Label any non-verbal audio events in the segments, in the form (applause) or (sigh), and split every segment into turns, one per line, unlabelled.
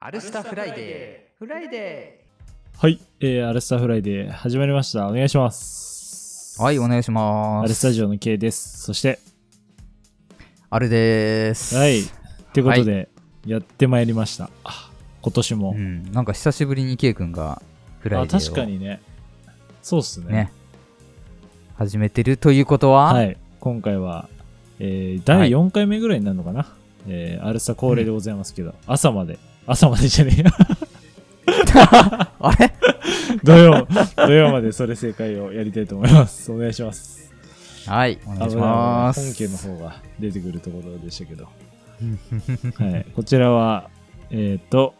アルスタフライデー。フライデ
はい、えー、アルスターフライデー始まりました。お願いします。
はい、お願いしま
アル
す。
スタジオの K です。そして、
あれです。
はい、ということで、やってまいりました。あ今年も
う。ん、なんか久しぶりに K 君がフライ
あ、
デーを
確かにね。そうっすね。
ね、始めてるということは、
はい、今回は、えー、第4回目ぐらいになるのかな。えー、アルスタ恒例でございますけど、朝まで、朝までじゃねえや。
あれ
(laughs) 土曜、土曜までそれ正解をやりたいと思います。お願いします。
はい、お願いしま
本
す。
家の方が出てくるところでし
(laughs)
たけど。はい、こちらは、えっ、と、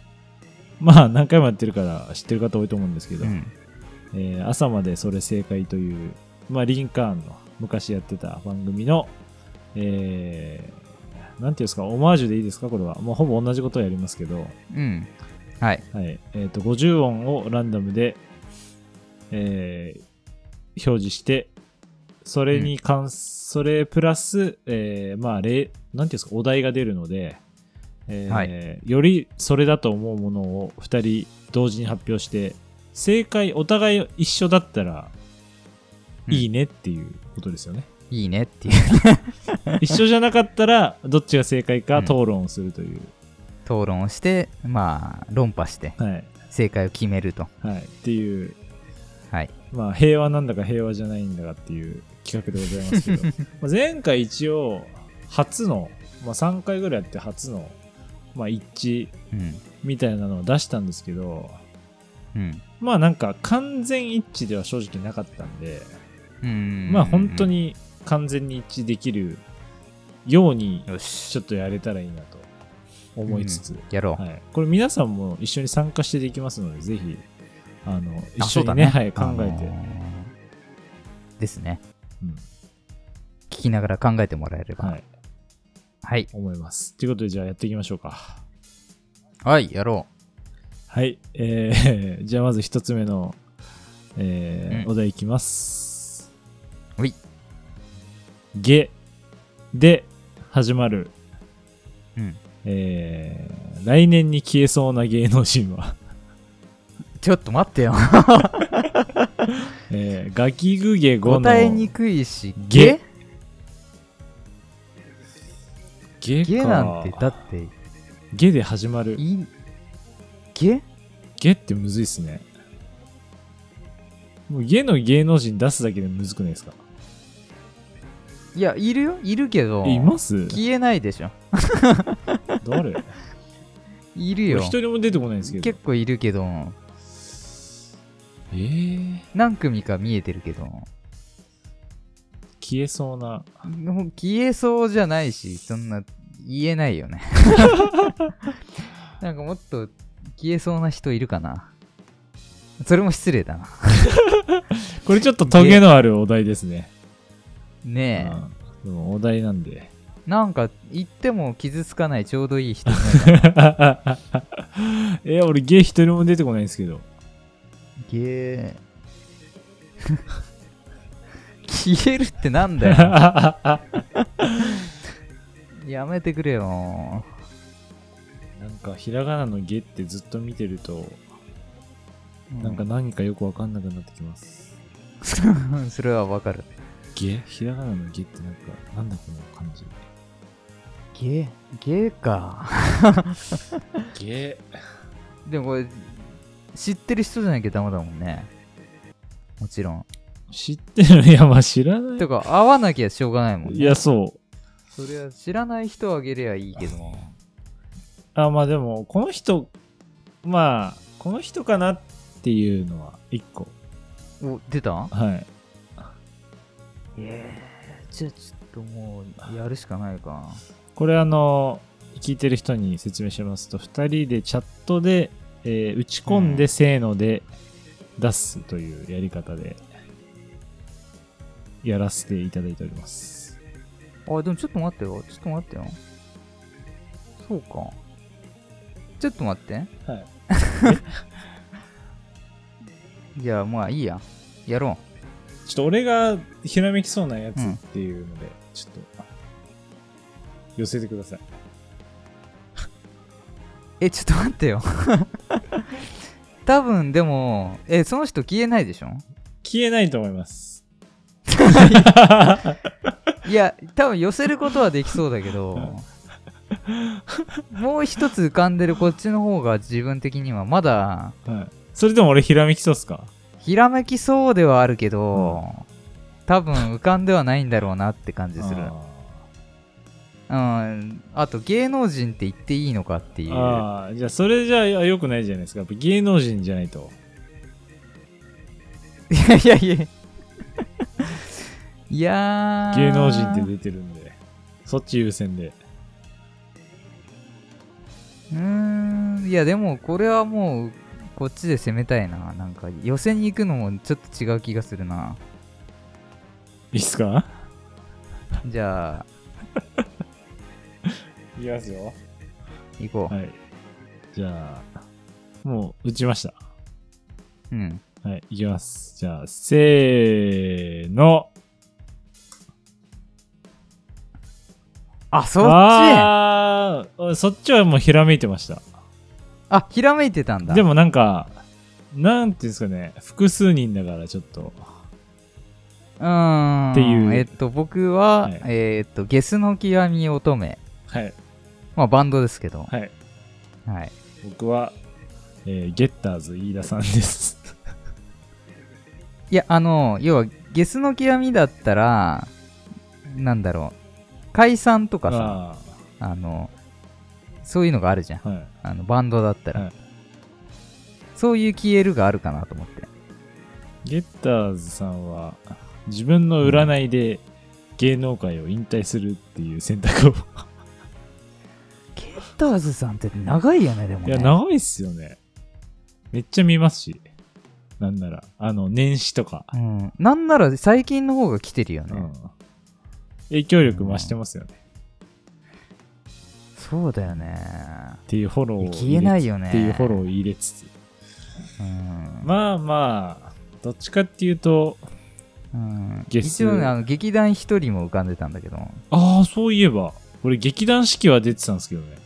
(laughs) まあ何回もやってるから知ってる方多いと思うんですけど、
うん
えー朝までそれ正解という、まあ、リンカーンの昔やってた番組の、えーなんていうんですか、オマージュでいいですか、これは。もうほぼ同じことをやりますけど、
うん。はい。
はいえー、と50音をランダムで、えー表示して、それに関、それプラス、えーまあ、例なんていうんですか、お題が出るので、えー
は
よりそれだと思うものを2人同時に発表して、正解、お互い一緒だったら、
うん
いいねっていうことですよね。
いいねっていう
一緒じゃなかったら、どっちが正解か
うん
討論をするという、
討論をして、まあ、論破して、
はい、
正解を決めると。
はい、っていう
はい。
まあ、平和なんだか平和じゃないんだかっていう企画でございますけど
(laughs)
まあ前回一応初の、まあ、3回ぐらいやって初の、まあ、一致
うん。
みたいなのを出したんですけど
うん。
まあなんか完全一致では正直なかったんで、
うん
まあ本当。に完全に一致できるように
よし。
ちょっとやれたらいいなと思いつつ、
やろう。
はい、これ皆さんも一緒に参加してできますのでぜひあの
あ
一緒に
そうだ
ねはい、考えて、
あのーですね。
うん
聞きながら考えてもらえれば。
は
はいい。、
思います。ということで、じゃあやっていきましょうか。
はい、やろ
はい。えー (laughs) じゃあまず一つ目の、えー
うん
お題いきます。
ほい。
げで始まる、
う。うん。
えー来年に消えそうな芸能人は、 (laughs)
ちょっと待 (laughs) ってよ。
えーガキグゲ5の、
答えにくいし、
げ
ゲ
ゲ
ゲ
か
なんて、だって、
ゲで始まる。
いい、ゲ
ゲってむずいっすね。もうゲの芸能人出すだけでむずくないですか
いや、いるよ。いるけど、
えいます
消えないでしょ。
誰
いる
俺
よ
一。人も出てこないんですけど。
結構いるけど、
えー、
何組か見えてるけど、
消えそうな。
もう消えそうじゃないし、そんな、言えないよ (laughs) ね。なんかもっと、消えそうな人いるかな。それも失礼だな。
これちょっとトゲのあるお題ですね。
ねえ。
うんでもお題なんで。 (laughs)
なんか言っても傷つかないちょうどいい人
え、俺ゲ一人も出てこないんですけど。
(laughs) ゲー消えるってなんだよ
なん
やめてくれよ
かひらが (laughs) なのゲってずっと見てると、
うん
なんか何かよくわかんなくなってきます。
(laughs) それはわかる
ゲひらがなのゲってなんか、なんだこの感じ。
ゲーゲーか
ゲ
でもこれ知ってる人じゃなきゃダメだもんねもちろん
知ってるいや、まあ知らない
て。か会わなきゃしょうがないもんね
いや、そう。
それは知らない人をあげりゃいいけど
あまあでもこの人まあこの人かなっていうのは一個
お出た
はい
えー、じゃあちょっともうやるしかないか
これあの聞いてる人に説明しますと2人でチャットで、えー打ち込ん
う
で
ん
せーので出すというやり方でやらせていただいております
あ、でもちょっと待ってよ。ちょっと待ってよ。そうか。ちょっと待って。
はい
いや、まあいいや。やろ。
ちょっと俺がひらめきそうなやつっていうので、ちょっと寄せてくださいう
え、ちょっと待ってよ。 (laughs) 多分、でも、え、その人消えないでしょ
消えないと思います。
いや、多分寄せることはできそうだけど、もう一つ浮かんでるこっちの方が自分的にはまだ、
はい、それでも俺ひらめきそうっすか
ひらめきそうではあるけど、多分浮かんではないんだろうなって感じする。
あ
うん、あと芸能人って言っていいのかってい
ー
う。
あーじゃあそれじゃあよくないじゃないですかやっぱ芸能人じゃないと
いやいやいや。いやー
芸能人って出てるんでそっち優先で
うーんいやでもこれはもうこっちで攻めたいななんか予選に行くのもちょっと違う気がするない
いっすか
じゃあ
いきますよ
行こう、
はいじゃあもう打ちました
うん
はいいきますじゃあせーの
あそっちあ
あーそっちはもうひらめいてました
ひらめいてたんだ
でもなんかなんていうんですかね複数人だからちょっと
うーん
っていう
えっと僕は、
はい
えーっとゲスの極み乙女
はい
まあバンドですけど
はい
はい
僕は、えーゲッターズ飯田さんです。
いやあの要はゲスの極みだったらなんだろう解散とかさ
あ
あのそういうのがあるじゃん
あはい、
あのバンドだったら、
はい
そういう消えるがあるかなと思って
ゲッターズさんは自分の占いで芸能界を引退するっていう選択を。
ケッターズさんって長いよねでも
い
ね
や、長いっすよね。めっちゃ見ますし。なんなら、あの、年始とか。
うん、なんなら最近の方が来てるよね、
うん影響力増してますよね。
そうだよね
っていうフォローを
消えない
よ
よね
っていうフォローを入れつつ。
うん
まあまあ、どっちかっていうと、
うん、
ゲス
一応ねあの劇団一人も浮かんでたんだけど
(laughs) ああ、そういえば、俺劇団四季は出てたんですけどね。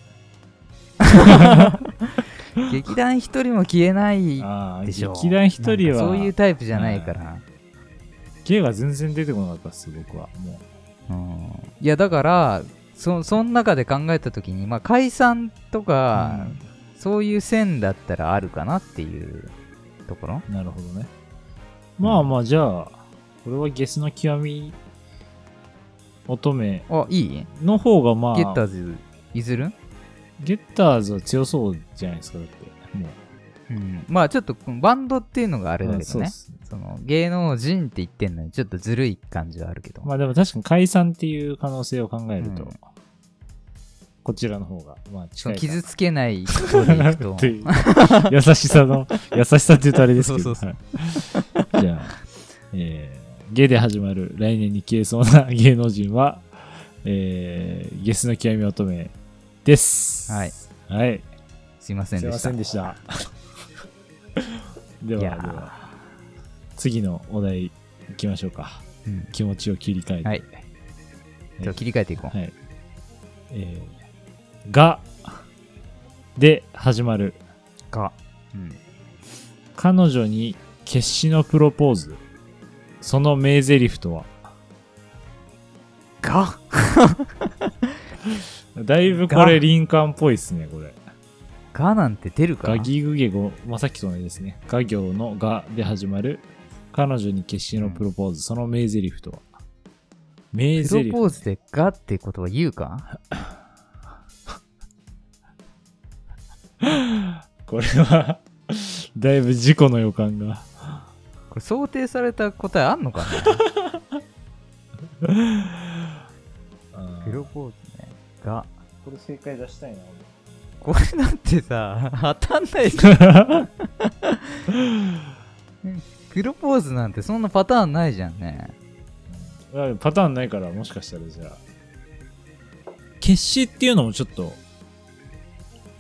劇団一人も消えない
ああ、
でしょ
劇団一人は、
なんかそういうタイプじゃないから、
芸が全然出てこなかったっす、僕は。も
うん、いやだからそその中で考えた時に、まあ、解散と
う。
か、そういう線だったらあるかなっていうところ
うんなるほどね。まあまあ、じゃあ、これはゲスの極み、乙女
あいい
の方がまあ、
ゲッター
ズ。
ズ譲る
ゲッターズは強そうじゃないですか、だって。もう。
うん、まあちょっとこのバンドっていうのがあれだ
うん
けど
そうっ
ね
すね。
その芸能人って言ってんのにちょっとずるい感じはあるけど、
まあでも確かに解散っていう可能性を考えると、
うん
こちらの方が、まあ
そ
近い
の
かな。
傷つけない
(laughs)
人でいくと
って
(laughs)
いう優しさの、優しさって言うとあれですけど。
そうそ
はいじゃあ、えー、ゲで始まる来年に消えそうな芸能人は、えー、ゲスの極み乙女です。
はい。
はい。
すいません
すい
で
ま
し
せ
た
ん
(laughs)
でした。では、
い
で
やー
は、次のお題行きましょうか。
うん
気持ちを切り替えて。
はいじゃあ切り替えていこう、
はい。えー、が、で始まる
か、うん、
彼女に決死のプロポーズその名台詞とは
か
だいぶこれ林間っぽいっすねこれ
かなんて出るか
ガギグゲゴまあ、さっきと同じですねガ行のガで始まる彼女に決死のプロポーズ、その名台詞とは名
プ
台詞
ロポーズで「が」ってことは言うか
これはだいぶ事故の予感が
これ想定された答えあんのか
(laughs)
なプロポーズね「が
これ正解出したいな」
これだってさ当たんないじゃん
(laughs)
プロポーズなんてそんなパターンないじゃんね
うんパターンないからもしかしたらじゃあ決死っていうのもちょっと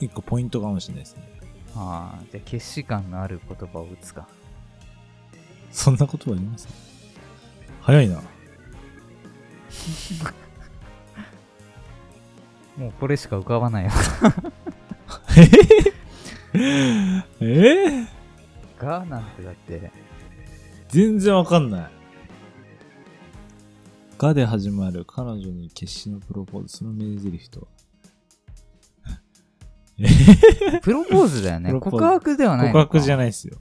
一個ポイントかもしれないですね
ああじゃあ決死感のある言葉を打つか
そんなことはあります早いな
もうこれしか浮かばないわ
えー、
がなんてだって、
全然わかんない。がで始まる彼女に決死のプロポーズ、その名台詞とは。
プロポーズだよね。
(laughs) プロポーズ
告白ではない
告白じゃ
ない。
ないですよ。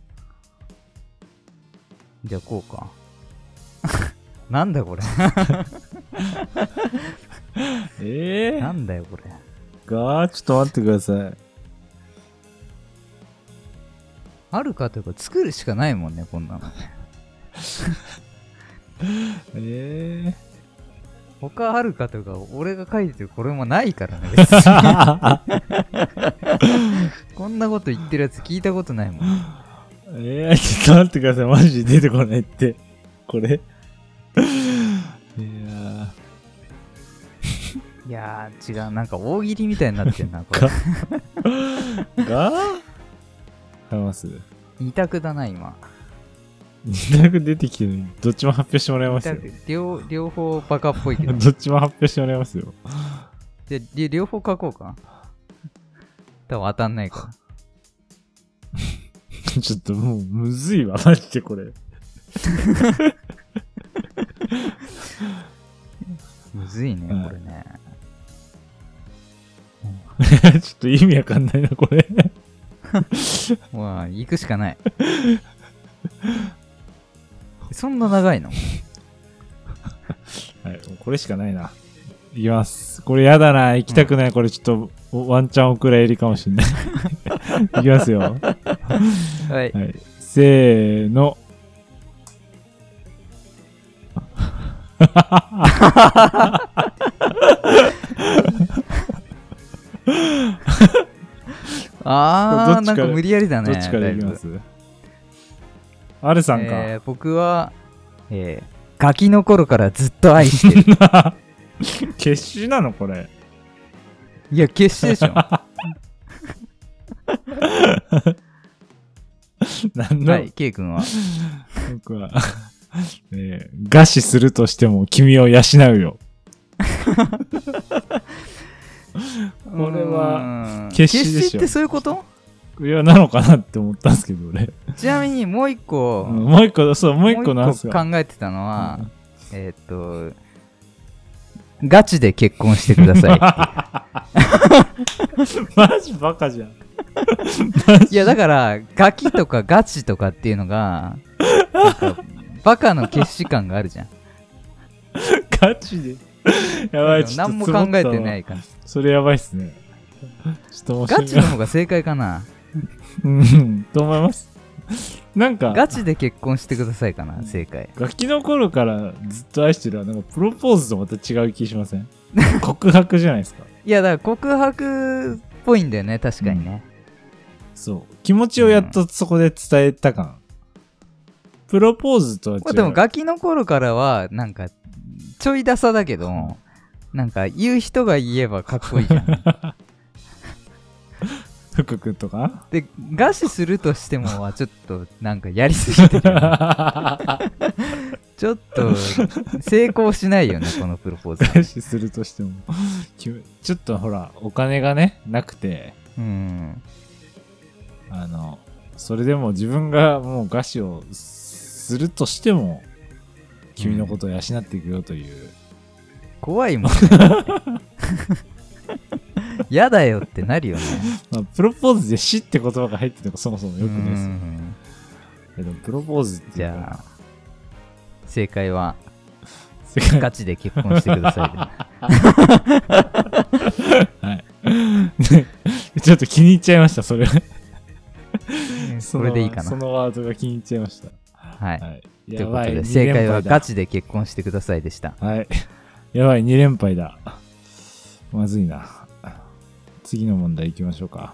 じゃあこうか。 (laughs) なんだこれ。
ええ
な
ー、
んだよこれ。
がちょっと待ってください。
あるかというか、作るしかないもんね、こんなの。
ええ (laughs)
他あるかというか、俺が書いてるこれもないからね、別に。 (laughs)
ー。
こんなこと言ってるやつ聞いたことないもん。
えー、ちょっと待ってください。マジで出てこないって。これ。いや
(laughs) いやー、違う。なんか大喜利みたいになってんな、こ
か
れ。
ー。が合います
二択だな、今。
二択出てきてるのにどっちも発表してもらいま
二
すよ。
択両両方バカっぽい (laughs) けど。
どっちも発表してもらいますよ。
じゃあり両方書こうか。多分当たんないか。
ちょっともうむずいわ、マジでこれ。 (laughs)
むずいね、
はい
これね。
ちょっと意味わかんないな、これ。
わあ、行くしか (laughs) ない。そんな長いの
はい、もうこれしかないな。いきます。これやだな、行きたくない。これちょっとおワンチャンお蔵入りかもしんない。 (laughs) いきますよ。
はい。
はい、せーの。
あ
ど
ー、
っち
な
か
ん
ら
か無理やりだ
ど
ね。
っちからいきま
だ
すアルさ
い
ん
ぶ
か。
えー僕は、えー、ガキの頃からずっと愛して
(laughs)
る。
決死なのこれ。 (laughs)
いや、決してでしょ。
なんだ、
はい、ケイ君は。
僕は。 (laughs) えー餓死するとしても君を養
(laughs)
うよ。これは
うーん
決死でしょ
決死ってそういうこと
いや、なのかなって思ったんですけど、俺。
ちなみにもう一個、
うんもう一個、そう、もう一個なんすか。
考えてたのは、えーっと、ガチで結婚してください。
(laughs) マジバカじゃん。 (laughs)
いやだからガキとかガチとかっていうのがなんかバカの決死感があるじ
(laughs)
ゃん。
ガチで。やばい、ちょっと。
何も考えてないいから。
それやばいっすね。ちょっと面白い
ガチの方が正解かな。
(laughs) うん、と思います。なんか、
ガチで結婚してくださいかな、正解。
楽器の頃からずっと愛してるは、なんかプロポーズとまた違う気し
(laughs)
ません告白じゃないですか。
いやだから告白っぽいんだよね、確かにね。
そう。気持ちをやっとそこで伝えた感。プロポーズとは違う
まあ。でもガキの頃からはなんかちょいダサだけど、なんか言う人が言えばかっこいいじゃ
(laughs)
ん。
福君
(laughs)
とか (laughs)
で、餓死するとしてもはちょっとなんかやりす
(laughs)
ぎてるよね。ちょっと成功しないよね、このプロポー
(laughs)
ズ。
返しするとしても。きゅちょっとほら、お金がね、なくて、
うん。
あの、それでも自分がもう餓死をするとしても、君のことを養っていくよという。
怖いもん
(laughs)
ね。やだよってなるよね。
まあ、プロポーズで死って言葉が入ってるのがそもそもよくないです
う
よ。
ん
えでもプロポーズって
じゃあ、正解は、
あ、世界
ガチで結婚してくださ
はい。 (laughs) ちょっと気に入っちゃいました、それ。
い。
(laughs) そ
そ
の
れでいいか
そ
な。
のワードが気に入っちゃいました。
はい。
は
と
い。
い
や
うこと
ばい。
で、正解はガ
チ。
チで結婚してくださいでした。
はい。やばい、2連敗だ。まずいな。次の問題行きましょうか。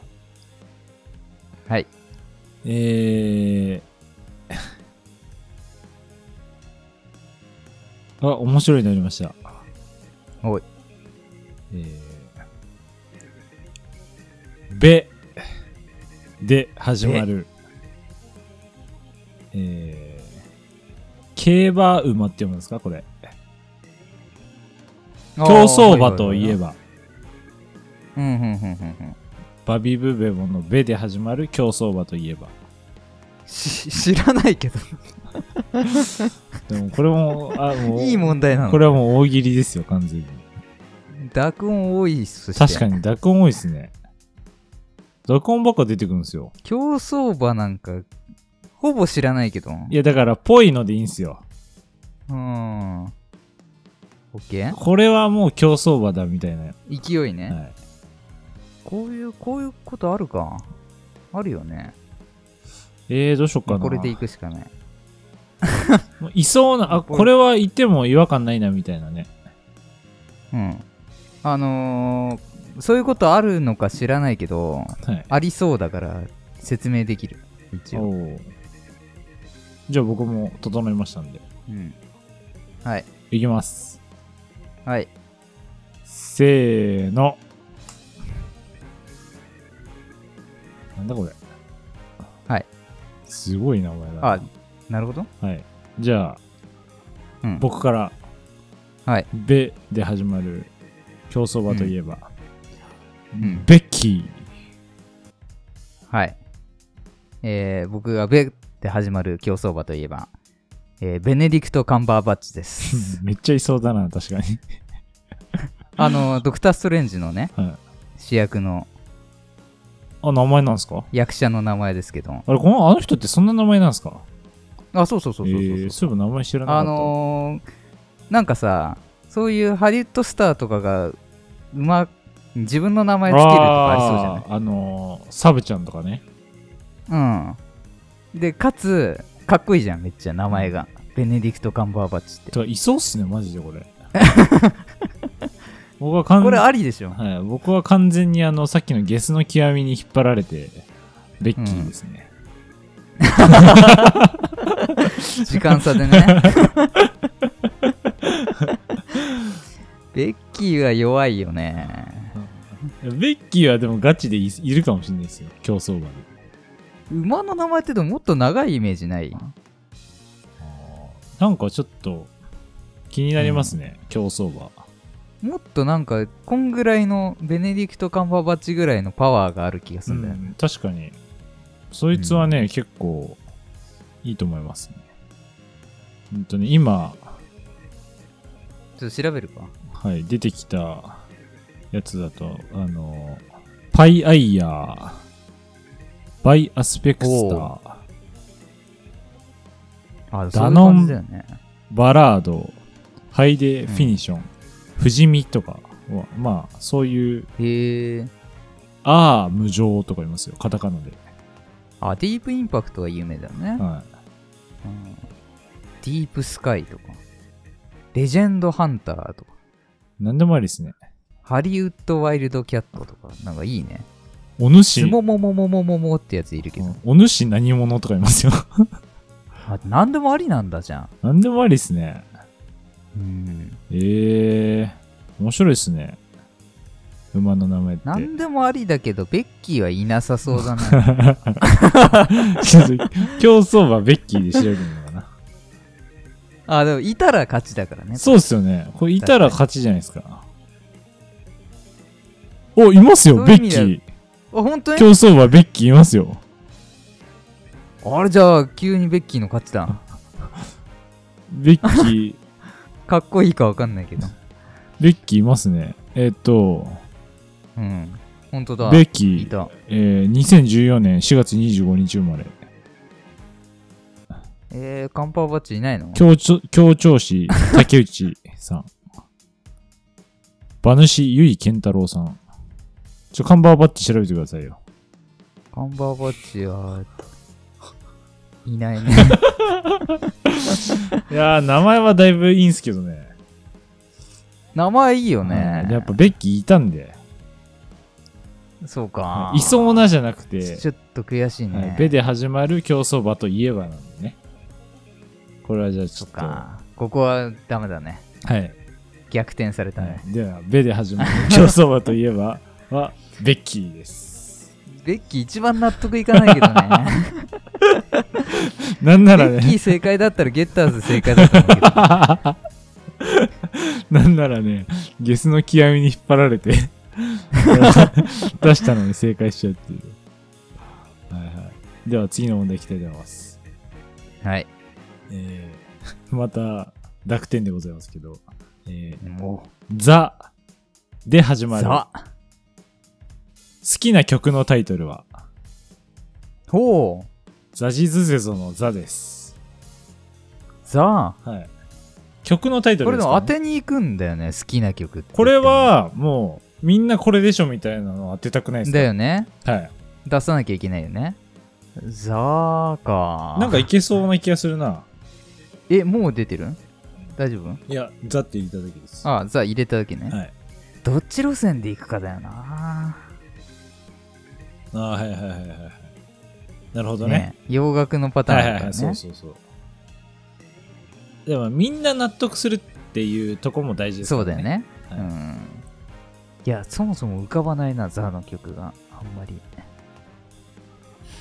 はい。
えー。 (laughs) あ、面白いのありました。
おい。
えー、べで始まる、えー、競馬馬って読むんですかこれ。競走馬といえ
ば。
ば、
うんうんうんうんうん。
バビブベモのベで始まる競走馬といえば。
し知らないけ
(laughs)
ど、
でもこれも、あ、もう、
(laughs) いい問題なの。
これはもう大喜利ですよ、完全に。
濁音多いっすし。
確か
に。
に、濁音多いですね。濁音ばっか出てくるんですよ。
競走馬なんか、ほぼ知らないけど。
いや、だから、ぽいのでいいんすよ。
うーん。オッケー
これはもう競走馬だみたいな。は
勢いね、
い、
こういう、こういうことあるか。あるよね。
えー、どうしよっかな。
これでいくしかない。
もういそうな、あ、
これ
これはいても違和感ないなみたいなね。
うん。あのー、そういうことあるのか知らないけど、
はい。
ありそうだから説明できる。一応。
おーじゃあ僕も整いましたんで。
うん。はい。
いきます。
はい。
せーの。なんだこれ。
はい。
すごい名前だな。
あ、なるほど。
はい。じゃあ、
うん。
僕から、
はい。
べで始まる競走馬といえば、
うん。
ベッキ
はい。えー、僕がベって始まる競走馬といえば、えーベネディクト・カンバーバッチで
ー。
(laughs) す。
めっちゃいそうだな、確かに。
あの、ドクター・ストレンジのね、
はい
主役の
あ、名前なんですか
役者の名前ですけど。
あれ、この、あの人ってそんな名前なんですか
あ、そうそうそうそうそうそう、
えーそういえば名前知らなかった。
あのー、なんかさ、そういうハリウッドスターとかが、うま、自分の名前つけるとかありそうじゃない
あーあのーサブちゃんとかね。
うん。で、かつ、かっこいいじゃん、めっちゃ名前が。ベネディクト・カンバーバッチって。
てかいそうっすね、マジ
(laughs)
でこれ。僕は完
これありでしょ。
はい、僕は完全にあの、さっきのゲスの極みに引っ張られて、ベッキーですね。
(laughs) 時間差で (laughs) ね。ベッキーは弱いよね。
ベッキーはでもガチでいいるかもしれないですよ、競走馬で。
馬の名前ってでももっと長いイメージない
なんかちょっと気になりますね、競走馬。
もっとなんか、こんぐらいのベネディクト・カンバーバッチぐらいのパワーがある気がするんだよね。
うん確かに、そいつはね、結構いいと思いますね。本当に今、
ちょっと調べるか。
はい、出てきたやつだと、あの、パイアイヤー、バイアスペクスタ
お
ー、
あ、
ダノ
そうい
ン
う感じだよね。
バラード、ハイデ・フィニション、不死身とかは、まあ、そういう、
へえ。
ああ、無常とか言いますよ、カタカナで。
あ、ディープインパクトが有名だよね。
は
うんディープスカイとか、レジェンドハンターとか、
い。なんでもありですね。
ハリウッドワイルドキャットとか、なんかいいね。
お
ス
主、
モモモモモモモってやついるけど、
うんお主何者とか言いますよ。 (laughs)
あ何でもありなんだじゃん。
なんでもありですね。
うん。
ええ面白いですね。馬の名前って。
何でもありだけど、ベッキーはいなさそうだな。
(laughs) ちょっと競走馬ベッキーで調べるのか
(laughs)
な。
あ、でも、いたら勝ちだからね。
そうっすよね。これいたら勝ちじゃないですか。お、いますよ、
そうい
ベ
う意
ッ
味
キ
では
ー。
あ、本当に
競走馬ベッキーいますよ。
あれじゃあ、急にベッキーの勝ちだ。
ベッキー、
かっこいいかわかんないけど。
ベッキーいますね。えっ
(laughs)
と、
うん。本当だ。
ベ
い
ッキー、
た。
えー、2014年4月25日生まれ。
えー、カンパーバッチいないの
協調協調師、 (laughs) 竹内さん。馬主、由井健太郎さん。ちょ、カンバーバッチ調べてくださいよ。
カンバーバッチは、いない
(laughs)
ね。
(laughs) いやー、名前はだいぶいいんすけどね。
名前いいよね
うん。やっぱベッキーいたんで。
そうか。
いそうなじゃなくて、
ちょっと悔しい
はい
ね。
ベで始まる競走馬といえばなんでね。これはじゃあち
そ
ょ
っ
っと。は
か。ここはダメだね。
い。
逆転された
は
ね。
い、では、ベで始まる競走馬といえばは、ベッキーです。
ベッキー一番納得いかない
(laughs)
けどね。
なんなら
ベッキ
ね、
ー正解だったらゲッターズ正解だったんだけど。
なんならね、ゲスの極みに引っ張られて、 (laughs) 出したのに正解しちゃうっていう。はいはい。では次の問題いきたいと思います。 (laughs)
はい。
えー、また濁点でございますけど、え
も
ー、ザで始
う
まる好きな曲のタイトルは
ほう。
ザジズゼゾのザです。
ザ
はい。曲のタイト
こ
ル
れです
でか、
も
ね、
当てに行くんだよね、好きな曲って。
これ、はもうみんなこれでしょみたいなの当てたくないですか
だよね。
はい。
出さなきゃいけないよね。ザーか。
なんかいけそうな気がするな。
え、もう出てる大丈夫
いや、ザって言っただけです。
ああ、ザ入れただけね。
はい。
どっち路線で行くかだよな。
あーはいはいはいはいはい。なるほどね。
洋楽のパターン
は
だ
い
か
は
ら
いはい、
ね。
そうそうそう。でもみんな納得するっていうとこも大事です
そうだよ。ね。
は
う
い
ん。いや、そもそも浮かばないな、ザの曲が。あんまり。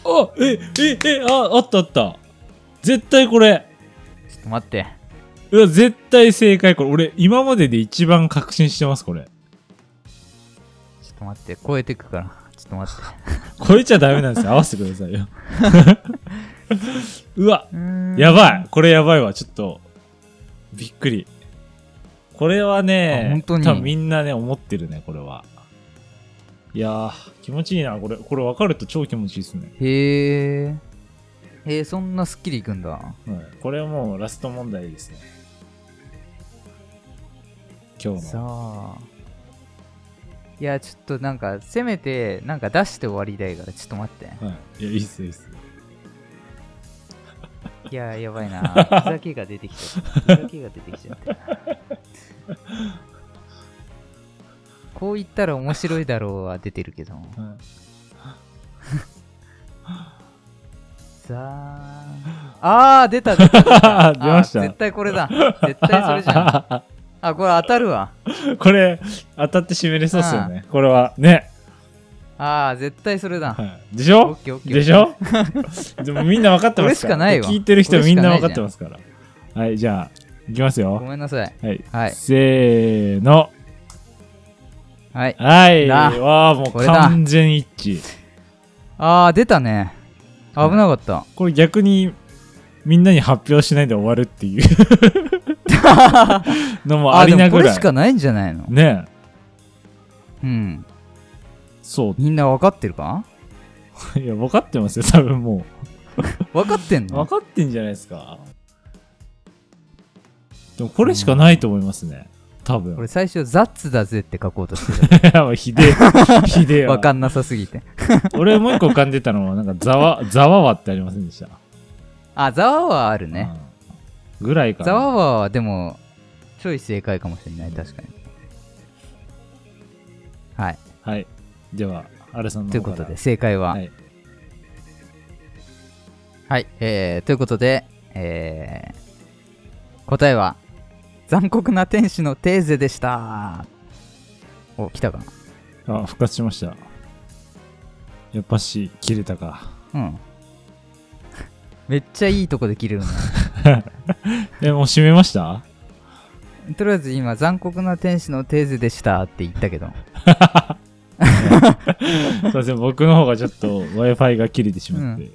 あえええああったあった。絶対これ。
ちょっと待って。
うわ、絶対正解。これ、俺、今までで一番確信してます、これ。
ちょっと待って。超えてくから。ちょっと待って。
これじゃダメなんですよ。合わせてくださ
(laughs)
いよ。うわ、
うーん
(laughs) やばい。これやばいわ、ちょっと。びっくり。これはね
あ、本当に
多分みんなね、思ってるね、これは。いやー、気持ちいいな、これ。これ分かると超気持ちいいですね。
へえ。へえ、そんなスッキリいくんだ。
はい、これはもうラスト問題ですね。今日
さ
の。
あ。いや、ちょっとなんか、せめて、なんか出して終わりたいから、ちょっと待って。
はい。いや、いいっすよ、いいっすよ。
いや、やばい
(laughs)
な。ふざけが出てきちゃった。ふざけが出てきちゃった。こう言ったら面白いだろうは出てるけど。
はい
さあ。あー、出た、出た。出た
出ました
あー絶対これだ。絶対それじゃん。あ、これ当たるわ。
(laughs) これ、当たって締めれそうっすよね。これは。ね。
あー、絶対それだ。
はい、でし
オッ
ょ
ケーオッケー。
でしょでもみんな分かって
こ
ますから。
れしかないわ
聞いてる人みんな分かってますから。はい、じゃあ、いきます
ご
よ。
めんなさい。
はい。
はい。
せーの。
はい。
はい。
だ
わあ、もう
これだ
完全一致。
あー、出たね。危なかった。
これ逆に、みんなに発表しないで終わるっ
(laughs)
ていうのもあり
で
な
も
ぐ
これ
らい
し。かないんじゃないの
ね
うん。
え。そ
みんな分かってるか
う。いや、分かってますよ、多分も
分かってん
う。分
の
かってんじゃないですか。でもこれしかないと思いますね。多分。
俺最初「ザッツだぜ」って書こうとして
い (laughs) やもうひでえ。ひでえ
た
わ。
分かんなさすぎて
俺もう一個浮かんでたのは、なんか、ざわ、 (laughs) ざわわってありませんでした。
あザワはあるね
うん。ぐらいかな。
ザワワはでもちょい正解かもしれない確かにはい
はい。では、アレさんの
とい
方
う
か
こ
ら
とで。正解は
は
はい、
い。
えー、ということでえー、答えは残酷な天使のテーゼでしたお来たか
あ、復活しました。やっぱし、切れたか。
なうん (laughs) めっちゃいいとこで切れるな
え、もう閉め
(laughs)
ました
とりあえず今残酷な天使のテーゼでしたって言ったけど
すいません、僕の方がちょっと Wi-Fi が切れてしまって、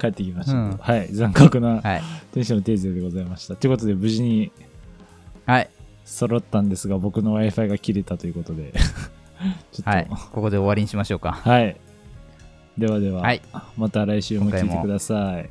帰ってきましたけど、
うん
はい。残酷な
はい
天使のテーゼでございました。ということで、無事に
はい
揃ったんですが、僕の Wi-Fi が切れたということで、 (laughs) ちょっと、
はい、ここで終わりにしましょうか。
はい。ではでは、
はい
また来週も聞
今
いて
回も
ください。